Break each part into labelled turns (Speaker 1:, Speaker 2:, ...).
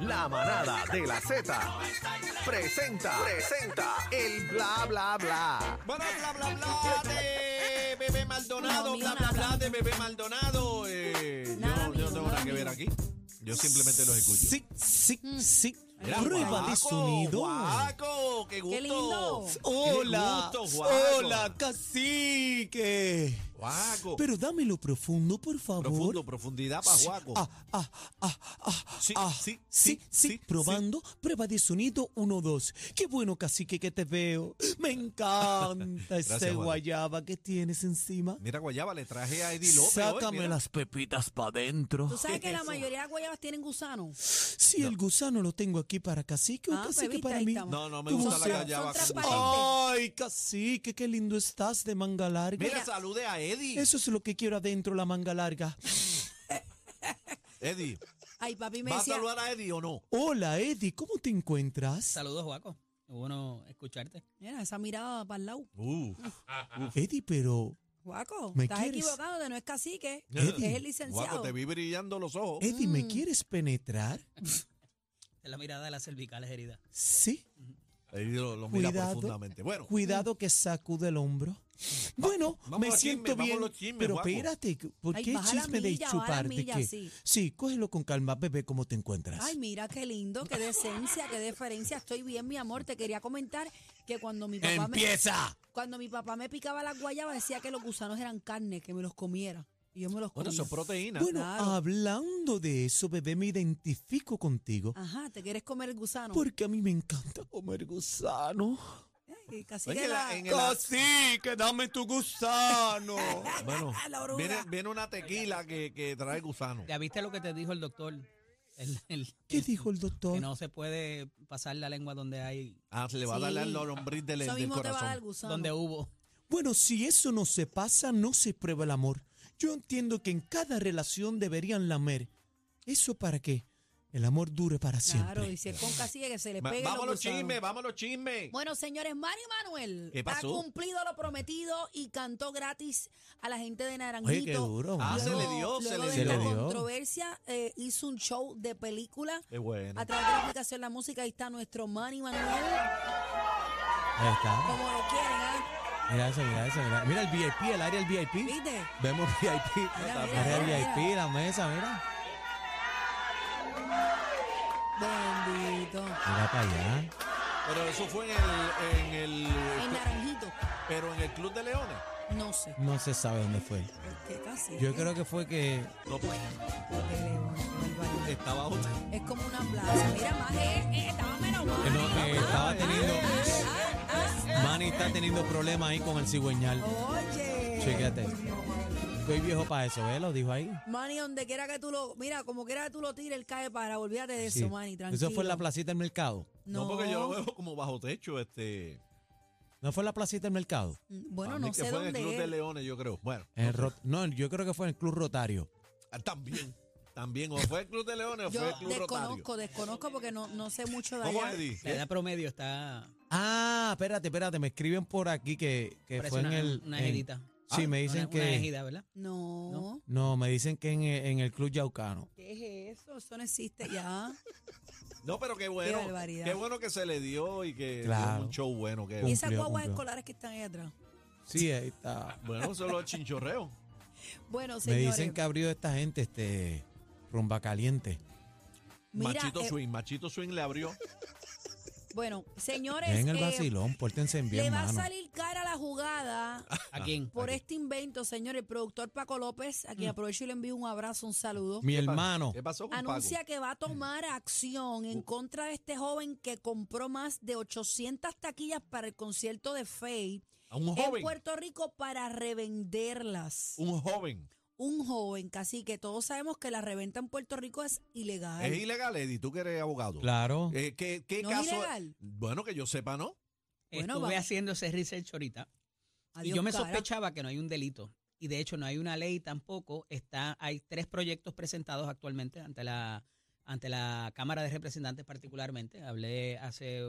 Speaker 1: La manada de la Z presenta, presenta el bla bla bla.
Speaker 2: Bueno, bla, bla, bla de Bebé Maldonado,
Speaker 3: No, mío,
Speaker 2: bla, bla, bla
Speaker 3: nada.
Speaker 2: de Bebé Maldonado. Eh,
Speaker 3: Nada
Speaker 2: yo, yo
Speaker 3: mío,
Speaker 2: no tengo
Speaker 3: nada
Speaker 2: nada que
Speaker 3: mío.
Speaker 2: ver aquí. Yo simplemente los escucho.
Speaker 4: Sí, sí,
Speaker 3: Mm.
Speaker 4: sí.
Speaker 2: Mira,
Speaker 4: Prueba de
Speaker 2: Guaco,
Speaker 4: sonido.
Speaker 2: Guaco, qué gusto.
Speaker 3: lindo.
Speaker 4: Hola,
Speaker 2: Qué gusto, Guaco.
Speaker 4: hola, cacique.
Speaker 2: Guaco.
Speaker 4: Pero dame lo profundo, por favor.
Speaker 2: Profundo, profundidad para
Speaker 4: Sí,
Speaker 2: Guaco.
Speaker 4: Ah, ah, ah, ah,
Speaker 2: Sí,
Speaker 4: ah.
Speaker 2: sí, sí,
Speaker 4: sí, sí,
Speaker 2: sí,
Speaker 4: Probando, prueba de sonido 1, 2. Qué bueno, cacique, que te veo. Me encanta
Speaker 2: Gracias,
Speaker 4: ese
Speaker 2: Juana.
Speaker 4: guayaba que tienes encima.
Speaker 2: Mira, Guayaba, le traje a Eddie López. hoy,
Speaker 4: Sácame
Speaker 2: mira.
Speaker 4: las pepitas para adentro.
Speaker 3: Tú sabes que la mayoría de las guayabas tienen gusano.
Speaker 4: Si el gusano lo tengo aquí para cacique o
Speaker 3: Ah, pues,
Speaker 4: cacique
Speaker 3: viste,
Speaker 4: para
Speaker 3: ahí
Speaker 4: mí.
Speaker 3: estamos.
Speaker 2: No, no me
Speaker 4: ¿Cómo
Speaker 2: gusta
Speaker 4: se-
Speaker 2: la Guayaba. Oh,
Speaker 3: Son
Speaker 2: con
Speaker 3: transparentes.
Speaker 2: gusano.
Speaker 4: Ay, cacique, qué lindo estás de manga larga.
Speaker 2: Mira, salude a Eddie.
Speaker 4: Eso es lo que quiero adentro, la manga larga.
Speaker 2: Eddie,
Speaker 3: Ay, papi me
Speaker 2: ¿vas a
Speaker 3: decía,
Speaker 2: saludar a Eddie o no?
Speaker 4: Hola, Eddie, ¿cómo te encuentras?
Speaker 5: Saludos, Juaco. Qué Bueno, escucharte.
Speaker 3: mira, esa mirada para el lado.
Speaker 2: Uh,
Speaker 4: Eddie, pero...
Speaker 3: Guaco,
Speaker 4: ¿Me
Speaker 3: estás
Speaker 4: quieres?
Speaker 3: equivocado, de no es cacique,
Speaker 4: Eddie.
Speaker 3: es el licenciado.
Speaker 2: Guaco, te vi brillando los ojos.
Speaker 4: Eddie, ¿me
Speaker 3: Mm.
Speaker 4: quieres penetrar?
Speaker 5: Es la mirada de las cervicales heridas.
Speaker 4: Sí.
Speaker 2: Eddie lo, lo mira
Speaker 4: Cuidado.
Speaker 2: profundamente. Bueno,
Speaker 4: Cuidado que sacude el hombro. Bueno,
Speaker 2: vamos
Speaker 4: me
Speaker 2: a los
Speaker 4: siento
Speaker 2: chismes, vamos
Speaker 4: bien.
Speaker 2: a los chismes,
Speaker 4: pero
Speaker 2: guapo.
Speaker 4: espérate, ¿por
Speaker 3: Ay,
Speaker 4: qué
Speaker 3: baja la
Speaker 4: chisme de
Speaker 3: milla, baja la
Speaker 4: chupar? ¿De
Speaker 3: milla,
Speaker 4: qué?
Speaker 3: sí.
Speaker 4: cógelo con calma, bebé, ¿cómo te encuentras?
Speaker 3: Ay, mira qué lindo, qué decencia, qué deferencia. Estoy bien, mi amor. Te quería comentar que cuando mi papá
Speaker 4: ¡Empieza!
Speaker 3: me cuando mi papá me picaba las guayabas decía que los gusanos eran carne, que me los comiera. Y yo me los
Speaker 2: bueno,
Speaker 3: comía.
Speaker 2: eso es proteína.
Speaker 4: Bueno,
Speaker 3: Claro.
Speaker 4: hablando de eso, bebé, me identifico contigo.
Speaker 3: Ajá, ¿te quieres comer el gusano?
Speaker 4: Porque a mí me encanta comer gusano.
Speaker 3: Ay, cacique
Speaker 2: Oye, en la-
Speaker 3: la-
Speaker 2: en el-
Speaker 4: que dame tu gusano.
Speaker 2: Bueno,
Speaker 3: La oruga.
Speaker 2: viene, viene una tequila que, que trae gusano.
Speaker 5: ¿Ya viste lo que te dijo el doctor? El- el-
Speaker 4: ¿Qué dijo el
Speaker 5: que
Speaker 4: doctor?
Speaker 5: no se puede pasar la lengua donde hay,
Speaker 2: Ah, se le va a darle
Speaker 3: Sí.
Speaker 2: al lombriz del,
Speaker 3: Eso
Speaker 2: del
Speaker 3: mismo te va a dar
Speaker 2: corazón.
Speaker 3: gusano.
Speaker 5: donde hubo.
Speaker 4: Bueno, si eso no se pasa, no se prueba el amor. Yo entiendo que en cada relación deberían lamer. ¿Eso para qué? El amor dure para
Speaker 3: Claro,
Speaker 4: siempre.
Speaker 3: y si es con cacique que se le
Speaker 2: Va-
Speaker 3: pegue
Speaker 2: Vamos a los
Speaker 3: gusanos.
Speaker 2: chismes, vamos a los chismes.
Speaker 3: Bueno, señores, Mario Manuel
Speaker 2: ¿Qué pasó?
Speaker 3: ha cumplido lo prometido y cantó gratis a la gente de Naranjito.
Speaker 4: Oye, qué duro.
Speaker 2: Ah,
Speaker 4: mano.
Speaker 2: se le dio, se le
Speaker 3: luego de
Speaker 4: dio.
Speaker 3: esta
Speaker 4: Se le dio.
Speaker 3: controversia eh, hizo un show de película
Speaker 2: Qué bueno.
Speaker 3: a través de la aplicación La Música. Ahí está nuestro Manny Manuel,
Speaker 4: Ahí está.
Speaker 3: como lo quieren, ¿ah?
Speaker 4: Mira eso, mira eso. Mira, Mira el VIP, el área del VIP.
Speaker 3: ¿Viste?
Speaker 4: Vemos VIP.
Speaker 3: Mira,
Speaker 4: El área
Speaker 3: mira, mira, mira.
Speaker 4: VIP, la mesa, mira.
Speaker 3: Bendito.
Speaker 4: Mira para allá.
Speaker 2: Pero eso fue en el, en el-
Speaker 3: En Naranjito.
Speaker 2: Pero en el Club de Leones.
Speaker 3: No sé.
Speaker 4: No se sabe dónde fue.
Speaker 3: Este casi.
Speaker 4: Yo creo que fue que
Speaker 2: No, pues, estaba otra.
Speaker 3: Es como una plaza. Mira, más eh, eh, estaba menos mal.
Speaker 4: No, eh, estaba teniendo-
Speaker 3: Ah, ah, ah,
Speaker 4: Manny está teniendo problemas ahí con el cigüeñal.
Speaker 3: ah. Oye.
Speaker 4: Chequete. Soy viejo para eso, ¿eh? Lo dijo ahí.
Speaker 3: Manny, donde quiera que tú lo. Mira, como quiera que tú lo tires, él cae para. Olvídate de
Speaker 4: Sí.
Speaker 3: eso, Manny, tranquilo.
Speaker 4: Eso fue en la placita del mercado.
Speaker 2: No. porque yo lo veo como bajo techo. este
Speaker 4: ¿No fue en la placita del mercado?
Speaker 3: Mm, Bueno,
Speaker 2: para mí
Speaker 3: no
Speaker 2: que
Speaker 3: sé
Speaker 2: fue en el Club
Speaker 3: dónde
Speaker 2: de
Speaker 3: es.
Speaker 2: Leones, yo creo. Bueno,
Speaker 4: En el Rot- no, yo creo que fue en el Club Rotario.
Speaker 2: ah, también. También, o fue el Club de Leones o
Speaker 3: Yo
Speaker 2: fue el Club Rotario.
Speaker 3: desconozco, desconozco porque no, no sé mucho de
Speaker 2: ¿Cómo,
Speaker 3: allá.
Speaker 2: Eddie?
Speaker 5: La edad promedio está
Speaker 4: Ah, espérate, espérate. Me escriben por aquí que, que
Speaker 5: parece
Speaker 4: fue en
Speaker 5: una,
Speaker 4: el...
Speaker 5: una
Speaker 4: en-
Speaker 5: ejidita.
Speaker 4: Sí,
Speaker 3: Ah,
Speaker 4: me
Speaker 5: Una-
Speaker 4: dicen
Speaker 5: una,
Speaker 4: que...
Speaker 5: ejida, ¿verdad?
Speaker 3: No.
Speaker 4: no, me dicen que en, en el Club Yaucano.
Speaker 3: ¿Qué es eso? Eso no existe ya.
Speaker 2: No, pero qué bueno.
Speaker 3: Qué barbaridad.
Speaker 2: Qué bueno que se le dio y que
Speaker 4: Claro.
Speaker 2: dio un show bueno. Que,
Speaker 3: y
Speaker 4: Cumplió,
Speaker 3: esas guaguas
Speaker 4: cumplió.
Speaker 3: escolares que están ahí atrás.
Speaker 4: Sí, ahí está.
Speaker 2: bueno, solo los chinchorreos.
Speaker 3: Bueno,
Speaker 4: Me
Speaker 3: señores.
Speaker 4: dicen que abrió esta gente, este... Rumba Caliente.
Speaker 3: mira,
Speaker 2: Machito
Speaker 3: eh,
Speaker 2: Swing, Machito Swing le abrió.
Speaker 3: Bueno, señores.
Speaker 4: En el
Speaker 3: eh,
Speaker 4: vacilón, pórtense
Speaker 3: le
Speaker 4: bien,
Speaker 3: va a
Speaker 4: mano.
Speaker 3: salir cara la jugada
Speaker 4: Ah.
Speaker 5: ¿A quién?
Speaker 3: por
Speaker 2: Aquí.
Speaker 3: este invento, señores. El productor Paco López, a quien aprovecho y le envío un abrazo, un saludo.
Speaker 4: Mi hermano.
Speaker 2: ¿Qué pasó con
Speaker 3: Anuncia
Speaker 2: Paco?
Speaker 3: que va a tomar acción en contra de este joven que compró más de 800 taquillas para el concierto de Faye
Speaker 2: A un
Speaker 3: en
Speaker 2: joven.
Speaker 3: Puerto Rico para revenderlas.
Speaker 2: Un joven.
Speaker 3: Un joven, casi que todos sabemos que la reventa en Puerto Rico es ilegal.
Speaker 2: Es ilegal, Eddie, tú que eres abogado.
Speaker 4: Claro.
Speaker 2: Eh, ¿Qué, qué
Speaker 3: ¿No es
Speaker 2: caso?
Speaker 3: ilegal?
Speaker 2: Bueno, que yo sepa, ¿no?
Speaker 3: Bueno,
Speaker 5: Estuve
Speaker 3: va-
Speaker 5: haciendo ese research ahorita
Speaker 3: Adiós,
Speaker 5: y yo me
Speaker 3: cara.
Speaker 5: sospechaba que no hay un delito. Y de hecho no hay una ley tampoco. Está, hay tres proyectos presentados actualmente ante la, ante la Cámara de Representantes particularmente. Hablé hace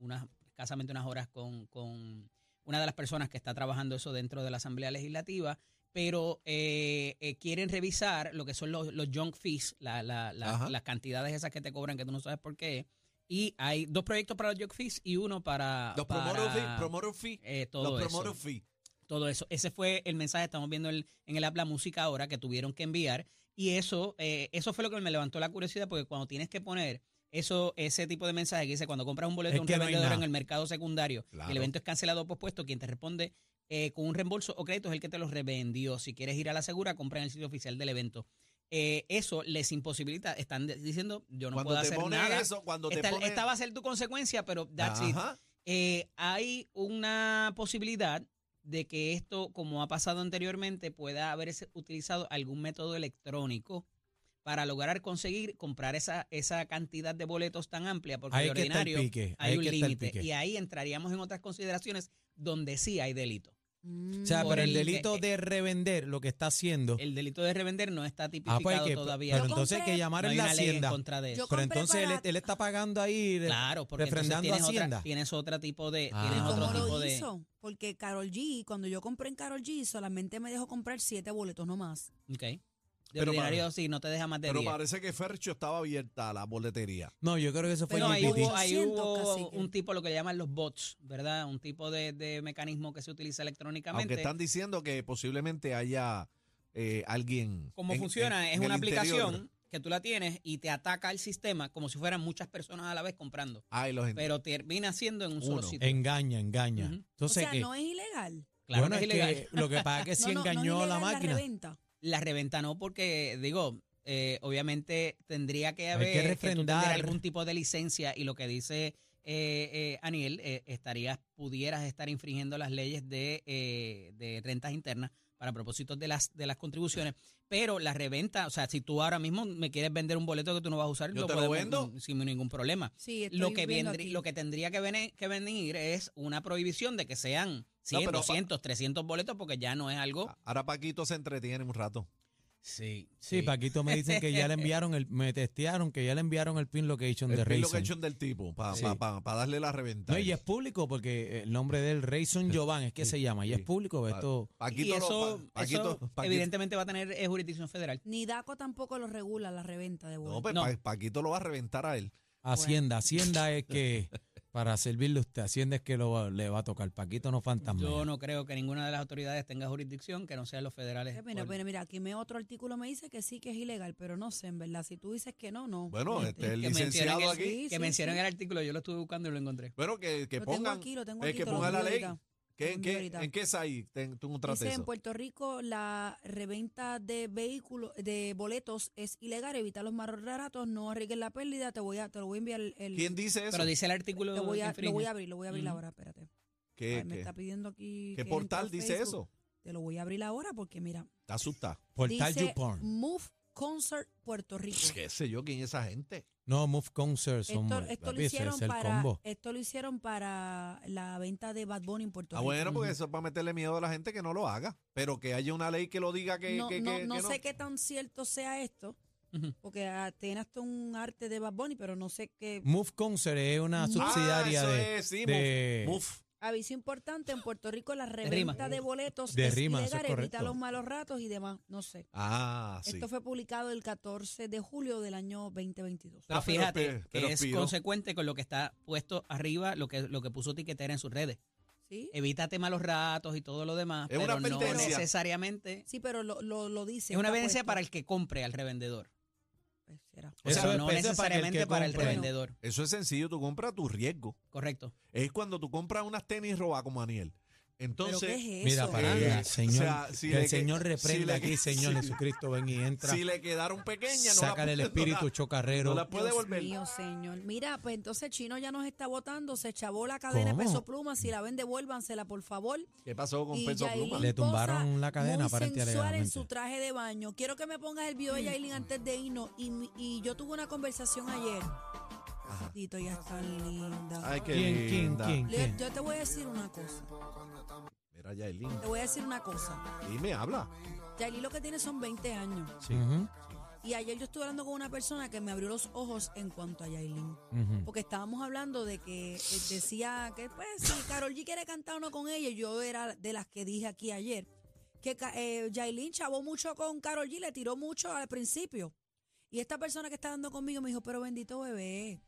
Speaker 5: unas, escasamente unas horas con, con una de las personas que está trabajando eso dentro de la Asamblea Legislativa pero eh, eh, quieren revisar lo que son los, los junk fees, la- la- la-
Speaker 2: Ajá.
Speaker 5: las cantidades esas que te cobran que tú no sabes por qué. Y hay dos proyectos para los junk fees y uno para...
Speaker 2: Los
Speaker 5: para,
Speaker 2: promoter fee, promoter fee,
Speaker 5: eh, todo
Speaker 2: los
Speaker 5: eso
Speaker 2: promoter fee.
Speaker 5: todo eso. Ese fue el mensaje, estamos viendo el- en el app la música ahora que tuvieron que enviar. Y eso, eh, eso fue lo que me levantó la curiosidad, porque cuando tienes que poner eso, ese tipo de mensaje que dice cuando compras un boleto
Speaker 4: Es
Speaker 5: de un
Speaker 4: que no hay
Speaker 5: revendedor
Speaker 4: nada.
Speaker 5: en el mercado secundario,
Speaker 2: Claro.
Speaker 5: el evento es cancelado o pospuesto, quien te responde eh, con un reembolso o crédito es el que te los revendió. Si quieres ir a la segura, compra en el sitio oficial del evento. Eh, eso les imposibilita, están de- diciendo, yo no
Speaker 2: Cuando
Speaker 5: puedo
Speaker 2: te
Speaker 5: hacer
Speaker 2: pones
Speaker 5: nada.
Speaker 2: eso, cuando te
Speaker 5: Esta,
Speaker 2: pones...
Speaker 5: esta va a ser tu consecuencia, pero that's it.
Speaker 2: Ajá.
Speaker 5: Eh, hay una posibilidad de que esto, como ha pasado anteriormente, pueda haberse utilizado algún método electrónico para lograr conseguir comprar esa, esa cantidad de boletos tan amplia, porque
Speaker 4: Ahí
Speaker 5: de
Speaker 4: que está el
Speaker 5: ordinario
Speaker 4: pique.
Speaker 5: hay
Speaker 4: ahí
Speaker 5: un
Speaker 4: que está el
Speaker 5: límite.
Speaker 4: pique.
Speaker 5: Y ahí entraríamos en otras consideraciones donde sí hay delito.
Speaker 3: Mm.
Speaker 4: O sea,
Speaker 5: por
Speaker 4: pero el
Speaker 5: el-
Speaker 4: delito
Speaker 5: eh,
Speaker 4: de revender lo que está haciendo.
Speaker 5: El delito de revender no está tipificado
Speaker 4: Ah, pues hay que,
Speaker 5: todavía.
Speaker 4: pero
Speaker 3: Yo
Speaker 4: entonces hay
Speaker 3: compré-
Speaker 4: que
Speaker 5: no
Speaker 4: llamar
Speaker 5: hay
Speaker 4: en la
Speaker 5: una ley en
Speaker 4: hacienda.
Speaker 5: contra de eso.
Speaker 3: Yo
Speaker 4: Pero
Speaker 3: compré
Speaker 4: entonces él,
Speaker 3: barato.
Speaker 4: él está pagando ahí. eh,
Speaker 5: Claro, porque entonces
Speaker 4: refrendando
Speaker 5: tienes,
Speaker 4: Hacienda.
Speaker 5: otra, tienes otra tipo de,
Speaker 4: Ah.
Speaker 5: tienes
Speaker 4: ¿Y
Speaker 5: otro
Speaker 3: ¿Cómo
Speaker 5: tipo
Speaker 3: lo
Speaker 5: de.
Speaker 3: hizo? Porque Carol G, cuando yo compré en Carol G, solamente me dejó comprar siete boletos nomás.
Speaker 5: ok. De
Speaker 2: Pero
Speaker 5: ordinario
Speaker 2: para-
Speaker 5: sí, no te deja más de
Speaker 2: Pero
Speaker 5: 10.
Speaker 2: parece que Fercho estaba abierta a la boletería.
Speaker 4: No, yo creo que eso fue
Speaker 5: No,
Speaker 4: el
Speaker 5: Pues ahí
Speaker 3: GPT.
Speaker 5: hubo, ahí
Speaker 3: 800
Speaker 5: hubo
Speaker 3: cacique.
Speaker 5: un tipo, lo que llaman los bots, ¿verdad? Un tipo de, de mecanismo que se utiliza
Speaker 2: Aunque
Speaker 5: electrónicamente.
Speaker 2: están diciendo que posiblemente haya eh, alguien...
Speaker 5: ¿Cómo
Speaker 2: en-
Speaker 5: funciona?
Speaker 2: en-
Speaker 5: es
Speaker 2: en
Speaker 5: una
Speaker 2: el interior.
Speaker 5: aplicación que tú la tienes y te ataca el sistema como si fueran muchas personas a la vez comprando.
Speaker 2: Ay, los ent-
Speaker 5: Pero termina siendo en un solo
Speaker 2: Uno.
Speaker 5: sitio.
Speaker 4: Engaña, engaña.
Speaker 5: Ujú.
Speaker 3: O
Speaker 4: Entonces,
Speaker 3: sea,
Speaker 4: que,
Speaker 3: no es ilegal.
Speaker 5: claro
Speaker 4: bueno,
Speaker 5: que es
Speaker 4: es que
Speaker 5: ilegal.
Speaker 4: lo que pasa es que si
Speaker 3: no, no, no es
Speaker 4: engañó a la
Speaker 3: ilegal
Speaker 4: máquina.
Speaker 3: reventa.
Speaker 5: La reventa no, porque, digo, eh, obviamente tendría que haber
Speaker 4: que
Speaker 5: tú tendrías
Speaker 4: refrendar.
Speaker 5: algún tipo de licencia y lo que dice eh, eh, Aniel, eh, estarías, pudieras estar infringiendo las leyes de, eh, de rentas internas para propósitos de las de las contribuciones, pero la reventa, o sea, si tú ahora mismo me quieres vender un boleto que tú no vas a usar,
Speaker 2: Yo te lo vendo.
Speaker 5: mm, sin ningún problema.
Speaker 3: Sí, estoy
Speaker 5: Lo que,
Speaker 3: viendo
Speaker 5: vendrí-
Speaker 3: aquí.
Speaker 5: lo que tendría que venir, que venir es una prohibición de que sean 100,
Speaker 2: pero pa- Ah.
Speaker 5: 200, 300 boletos porque ya no es algo...
Speaker 2: Ahora Paquito se entretiene un rato.
Speaker 5: Sí,
Speaker 4: Sí, Paquito me dicen que ya le enviaron, el, me testearon que ya le enviaron el pin location de
Speaker 2: El pin
Speaker 4: Rayson.
Speaker 2: location del tipo, para
Speaker 4: Sí.
Speaker 2: darle la reventada.
Speaker 4: No, y es público porque el nombre del Rayson Giovanni es que
Speaker 2: Sí,
Speaker 4: se llama, y es
Speaker 2: sí.
Speaker 4: público
Speaker 2: Pa-
Speaker 4: esto.
Speaker 5: y
Speaker 2: Paquito, lo-
Speaker 5: eso,
Speaker 2: pa- Paquito-
Speaker 5: eso
Speaker 2: Paquito-
Speaker 5: evidentemente va a tener eh, jurisdicción federal.
Speaker 3: Ni DACO tampoco lo regula la reventa de boletos.
Speaker 2: No, pues,
Speaker 5: No.
Speaker 2: Pa- Paquito lo va a reventar a él.
Speaker 4: Hacienda, Hacienda es que para servirle a usted, Hacienda es que lo, va- le va a tocar. Paquito no fantasma.
Speaker 5: Yo no creo que ninguna de las autoridades tenga jurisdicción que no sean los federales.
Speaker 3: Eh, Mira,
Speaker 5: Por-
Speaker 3: mira, mira, aquí me otro artículo me dice que sí que es ilegal, pero no sé, en verdad, si tú dices que no, no.
Speaker 2: Bueno,
Speaker 3: Fíjate.
Speaker 2: este, el
Speaker 5: que mencionen
Speaker 2: licenciado
Speaker 5: el-
Speaker 2: aquí.
Speaker 3: Sí,
Speaker 5: que
Speaker 3: sí,
Speaker 5: mencionen
Speaker 3: sí.
Speaker 5: el artículo, yo lo estuve buscando y lo encontré.
Speaker 2: Bueno, que, que
Speaker 3: Lo tengo
Speaker 2: pongan.
Speaker 3: aquí, lo tengo
Speaker 2: es
Speaker 3: aquí,
Speaker 2: que
Speaker 3: te lo
Speaker 2: ponga la
Speaker 3: envío
Speaker 2: ley.
Speaker 3: ahorita.
Speaker 2: ¿Qué-
Speaker 3: Lo
Speaker 2: en,
Speaker 3: envío
Speaker 2: qué,
Speaker 3: ahorita.
Speaker 2: ¿En qué SAI ten- tú encontraste
Speaker 3: Dice en
Speaker 2: eso?
Speaker 3: Puerto Rico la reventa de vehículos, de boletos es ilegal, evita los ratos, no arriesgues la pérdida, te voy a, te lo voy a enviar el, el-
Speaker 2: ¿Quién dice eso?
Speaker 5: Pero dice el artículo.
Speaker 3: te voy
Speaker 5: que
Speaker 3: a,
Speaker 5: infringe.
Speaker 3: lo voy a abrir, lo voy a abrir
Speaker 5: Ujú.
Speaker 3: ahora, espérate.
Speaker 2: ¿Qué,
Speaker 3: Ay, me
Speaker 2: qué-
Speaker 3: está pidiendo aquí.
Speaker 2: qué
Speaker 3: que
Speaker 2: portal
Speaker 3: entre a
Speaker 2: dice eso?
Speaker 3: Facebook. Te lo voy a abrir ahora porque mira,
Speaker 2: Te asusta.
Speaker 4: Portal
Speaker 3: dice
Speaker 4: YouPorn.
Speaker 3: Move Concert Puerto Rico.
Speaker 2: Pues, ¿Qué sé yo quién es esa gente?
Speaker 4: No, Move Concert. son-
Speaker 3: Esto, esto lo
Speaker 4: papi, ese
Speaker 3: hicieron
Speaker 4: es el
Speaker 3: para,
Speaker 4: combo.
Speaker 3: esto lo hicieron para la venta de Bad Bunny en Puerto
Speaker 2: Ah,
Speaker 3: Rico.
Speaker 2: bueno, porque
Speaker 5: Ujú.
Speaker 2: eso es para meterle miedo a la gente que no lo haga. Pero que haya una ley que lo diga que
Speaker 3: no,
Speaker 2: que-
Speaker 3: no-
Speaker 2: que-
Speaker 3: no
Speaker 2: que
Speaker 3: sé qué tan cierto sea esto,
Speaker 5: Ujú.
Speaker 3: porque ah, tiene hasta un arte de Bad Bunny, pero no sé qué.
Speaker 4: Move Concert es una
Speaker 3: Ah,
Speaker 4: subsidiaria
Speaker 2: eso
Speaker 4: de,
Speaker 2: es, sí,
Speaker 4: de-
Speaker 2: Muf.
Speaker 3: Aviso importante, en Puerto Rico la
Speaker 5: rima.
Speaker 3: reventa de boletos
Speaker 4: De
Speaker 3: es
Speaker 4: rima, eso es
Speaker 3: ilegal, evita
Speaker 4: correcto.
Speaker 3: los malos ratos y demás, no sé.
Speaker 2: Ah, sí.
Speaker 3: Esto fue publicado el 14 de julio del año 2022.
Speaker 5: Pero
Speaker 2: Ah, pero
Speaker 5: fíjate
Speaker 2: espe- pero
Speaker 5: que es
Speaker 2: expiró.
Speaker 5: consecuente con lo que está puesto arriba, lo que, lo que puso Tiquetera en sus redes.
Speaker 3: ¿Sí?
Speaker 4: Eh,
Speaker 5: Evítate malos ratos y todo lo demás,
Speaker 2: Es
Speaker 5: pero
Speaker 2: una
Speaker 5: no
Speaker 2: advertencia.
Speaker 5: necesariamente.
Speaker 3: Sí, pero lo, lo, lo dice.
Speaker 5: es una
Speaker 3: está
Speaker 5: evidencia
Speaker 3: puesto.
Speaker 5: para el que compre al revendedor.
Speaker 3: Pues, será.
Speaker 5: O sea,
Speaker 4: Eso es-
Speaker 5: no
Speaker 4: eso es para el que
Speaker 5: necesariamente para el
Speaker 4: compre.
Speaker 5: revendedor.
Speaker 2: Eso es sencillo, tú compras a tu riesgo.
Speaker 5: Correcto.
Speaker 2: Es cuando tú compras unas tenis robadas como Aniel.
Speaker 3: ¿Pero qué
Speaker 2: Entonces,
Speaker 3: es eso?
Speaker 4: Mira, para allá,
Speaker 2: Eh,
Speaker 4: señor.
Speaker 2: o sea, si
Speaker 4: que el
Speaker 2: le que-
Speaker 4: Señor
Speaker 2: si
Speaker 4: reprenda
Speaker 2: le que-
Speaker 4: aquí, Señor
Speaker 2: si-
Speaker 4: Jesucristo, ven y entra.
Speaker 2: si le quedaron pequeñas, no la
Speaker 4: sácale el
Speaker 2: puede- no la-
Speaker 4: espíritu chocarrero.
Speaker 2: no la puede
Speaker 3: Dios
Speaker 2: volver.
Speaker 3: mío, señor. Mira, pues entonces Chino ya nos está votando, se chavó la cadena de
Speaker 4: ¿Cómo?
Speaker 3: peso pluma, si la ven devuélvansela, por favor.
Speaker 2: ¿Qué pasó con
Speaker 3: Y
Speaker 2: Peso
Speaker 3: Yailin
Speaker 2: Pluma?
Speaker 4: Le tumbaron
Speaker 3: posa
Speaker 4: la cadena,
Speaker 3: muy
Speaker 4: aparente y
Speaker 3: sensual en
Speaker 4: alegadamente.
Speaker 3: su traje de baño. Quiero que me pongas el video de Yailin antes de irnos. Y, mi- y yo tuve una conversación ayer. Tito, ya está linda.
Speaker 2: Ay, qué
Speaker 4: ¿Quién, quién,
Speaker 2: linda.
Speaker 4: quién?
Speaker 3: Le- yo te voy a decir una cosa.
Speaker 2: Mira, Yailin,
Speaker 3: Te voy a decir una cosa.
Speaker 2: dime, habla.
Speaker 3: Yailin lo que tiene son 20 años.
Speaker 4: Ujú,
Speaker 3: Y ayer yo estuve hablando con una persona que me abrió los ojos en cuanto a Yailin.
Speaker 4: ujú.
Speaker 3: Porque estábamos hablando de que eh, decía que, pues, si Carol G quiere cantar o no con ella, yo era de las que dije aquí ayer, que Ca- eh, Yailin chavó mucho con Carol G, le tiró mucho al principio. Y esta persona que está dando conmigo me dijo, pero bendito bebé,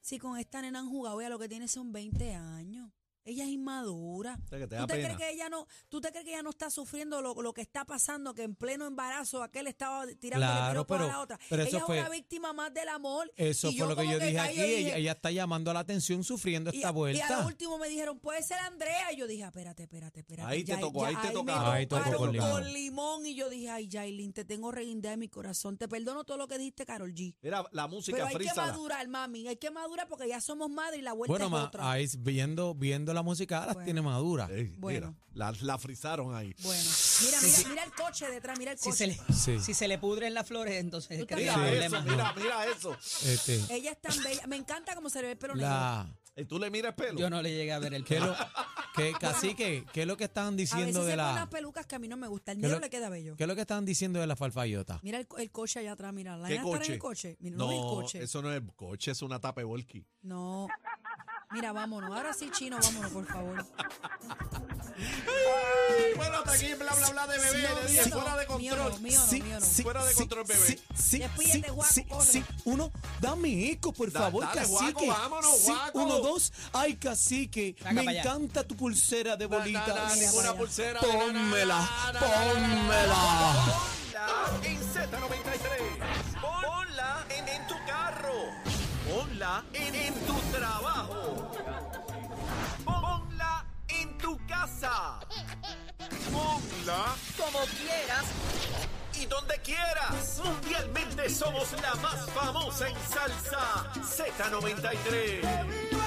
Speaker 3: si con esta nena han jugado, ella lo que tiene son 20 años. Ella es inmadura.
Speaker 2: O sea, que te
Speaker 3: ¿Tú
Speaker 2: da
Speaker 3: te,
Speaker 2: pena.
Speaker 3: crees que ella no, ¿Tú te crees que ella no está sufriendo lo, lo que está pasando? Que en pleno embarazo aquel estaba tirándole
Speaker 4: Claro,
Speaker 3: piropos a
Speaker 4: pero-
Speaker 3: la otra.
Speaker 4: pero eso
Speaker 3: ella
Speaker 4: fue-
Speaker 3: es una víctima más del amor.
Speaker 4: Eso
Speaker 3: Y
Speaker 4: fue lo que
Speaker 3: como
Speaker 4: yo dije
Speaker 3: caí,
Speaker 4: aquí.
Speaker 3: yo dije,
Speaker 4: ella, ella está llamando la atención sufriendo
Speaker 3: y,
Speaker 4: esta
Speaker 3: a- Y al
Speaker 4: vuelta.
Speaker 3: último me dijeron, puede ser Andrea. Y yo dije, "Ah, espérate, espérate, espérate.
Speaker 2: Ahí te tocó, ahí te
Speaker 3: me
Speaker 2: tocaron.
Speaker 4: Ahí tocó
Speaker 3: tocaron
Speaker 4: con limón.
Speaker 3: con limón. Y yo dije, ay, Jailin, te tengo reguindada en mi corazón. Te perdono todo lo que dijiste, Carol G.
Speaker 2: Mira, la
Speaker 3: pero
Speaker 2: música,
Speaker 3: hay que
Speaker 2: frízala.
Speaker 3: madurar, mami. Hay que madurar porque ya somos madre y la vuelta
Speaker 4: Bueno,
Speaker 3: es
Speaker 4: ma,
Speaker 3: otra.
Speaker 4: ahí viendo, viendo la música, ahora
Speaker 3: Bueno.
Speaker 4: tiene madura.
Speaker 2: Ey,
Speaker 3: Bueno.
Speaker 2: Mira, la, la frizaron ahí.
Speaker 3: Bueno, mira, mira, mira el coche detrás, mira el
Speaker 5: Si
Speaker 3: coche.
Speaker 5: se, le,
Speaker 4: Sí.
Speaker 5: si se le pudren las flores, entonces
Speaker 3: Tú
Speaker 5: es que
Speaker 3: estás
Speaker 2: Mira
Speaker 4: Sí.
Speaker 5: tiene
Speaker 2: eso,
Speaker 5: problemas.
Speaker 2: mira, mira eso.
Speaker 4: Este,
Speaker 3: Ella es tan bella. Me encanta cómo se le ve el pelo negro.
Speaker 4: la,
Speaker 2: ¿Y tú le miras el pelo?
Speaker 5: Yo no le llegué a ver el
Speaker 4: ¿qué,
Speaker 5: pelo.
Speaker 4: lo, qué, cacique, ¿Qué es lo que están
Speaker 3: A veces
Speaker 4: diciendo
Speaker 3: se
Speaker 4: de
Speaker 3: pone unas
Speaker 4: la...
Speaker 3: pelucas que a mí no me gustan. El
Speaker 4: ¿Qué
Speaker 3: negro
Speaker 4: lo-
Speaker 3: le queda bello.
Speaker 4: ¿Qué es lo que están diciendo de la farfallota?
Speaker 3: Mira el, co- el coche allá atrás, mira. La
Speaker 2: ¿Qué
Speaker 3: nena está en
Speaker 2: coche?
Speaker 3: el coche. Mira, no,
Speaker 2: No,
Speaker 3: es el coche.
Speaker 2: eso no es el coche, es una tapa de volky.
Speaker 3: No. Mira, vámonos. Ahora sí, chino, vámonos, por favor.
Speaker 2: Bueno, hasta aquí, bla, bla, bla de bebé. le
Speaker 3: No, mío
Speaker 2: dije,
Speaker 3: no,
Speaker 2: fuera de
Speaker 3: mío no,
Speaker 2: control.
Speaker 3: mío no, mío no.
Speaker 2: Fuera de control, bebé.
Speaker 4: Sí, sí,
Speaker 3: Despídete,
Speaker 4: sí,
Speaker 3: guaco,
Speaker 4: sí,
Speaker 3: cógelo.
Speaker 4: sí. Uno, dame eco, por
Speaker 2: Da-
Speaker 4: favor,
Speaker 2: dale,
Speaker 4: cacique.
Speaker 2: guaco, vámonos,
Speaker 4: Sí,
Speaker 2: guaco.
Speaker 4: Uno, dos. Ay, cacique,
Speaker 5: Saca
Speaker 4: me
Speaker 5: pa' allá.
Speaker 4: encanta tu pulsera de bolitas.
Speaker 2: Na, na, na, ninguna
Speaker 3: vaya.
Speaker 2: pulsera. de na, na,
Speaker 4: Pónmela,
Speaker 2: na, na, na, na, na, na.
Speaker 4: pónmela.
Speaker 1: Ponla en Z93. Ponla en, en tu carro. Ponla en, en tu trabajo. Ponla en tu casa. Ponla como quieras y donde quieras. Mundialmente somos la más famosa en salsa. Z93.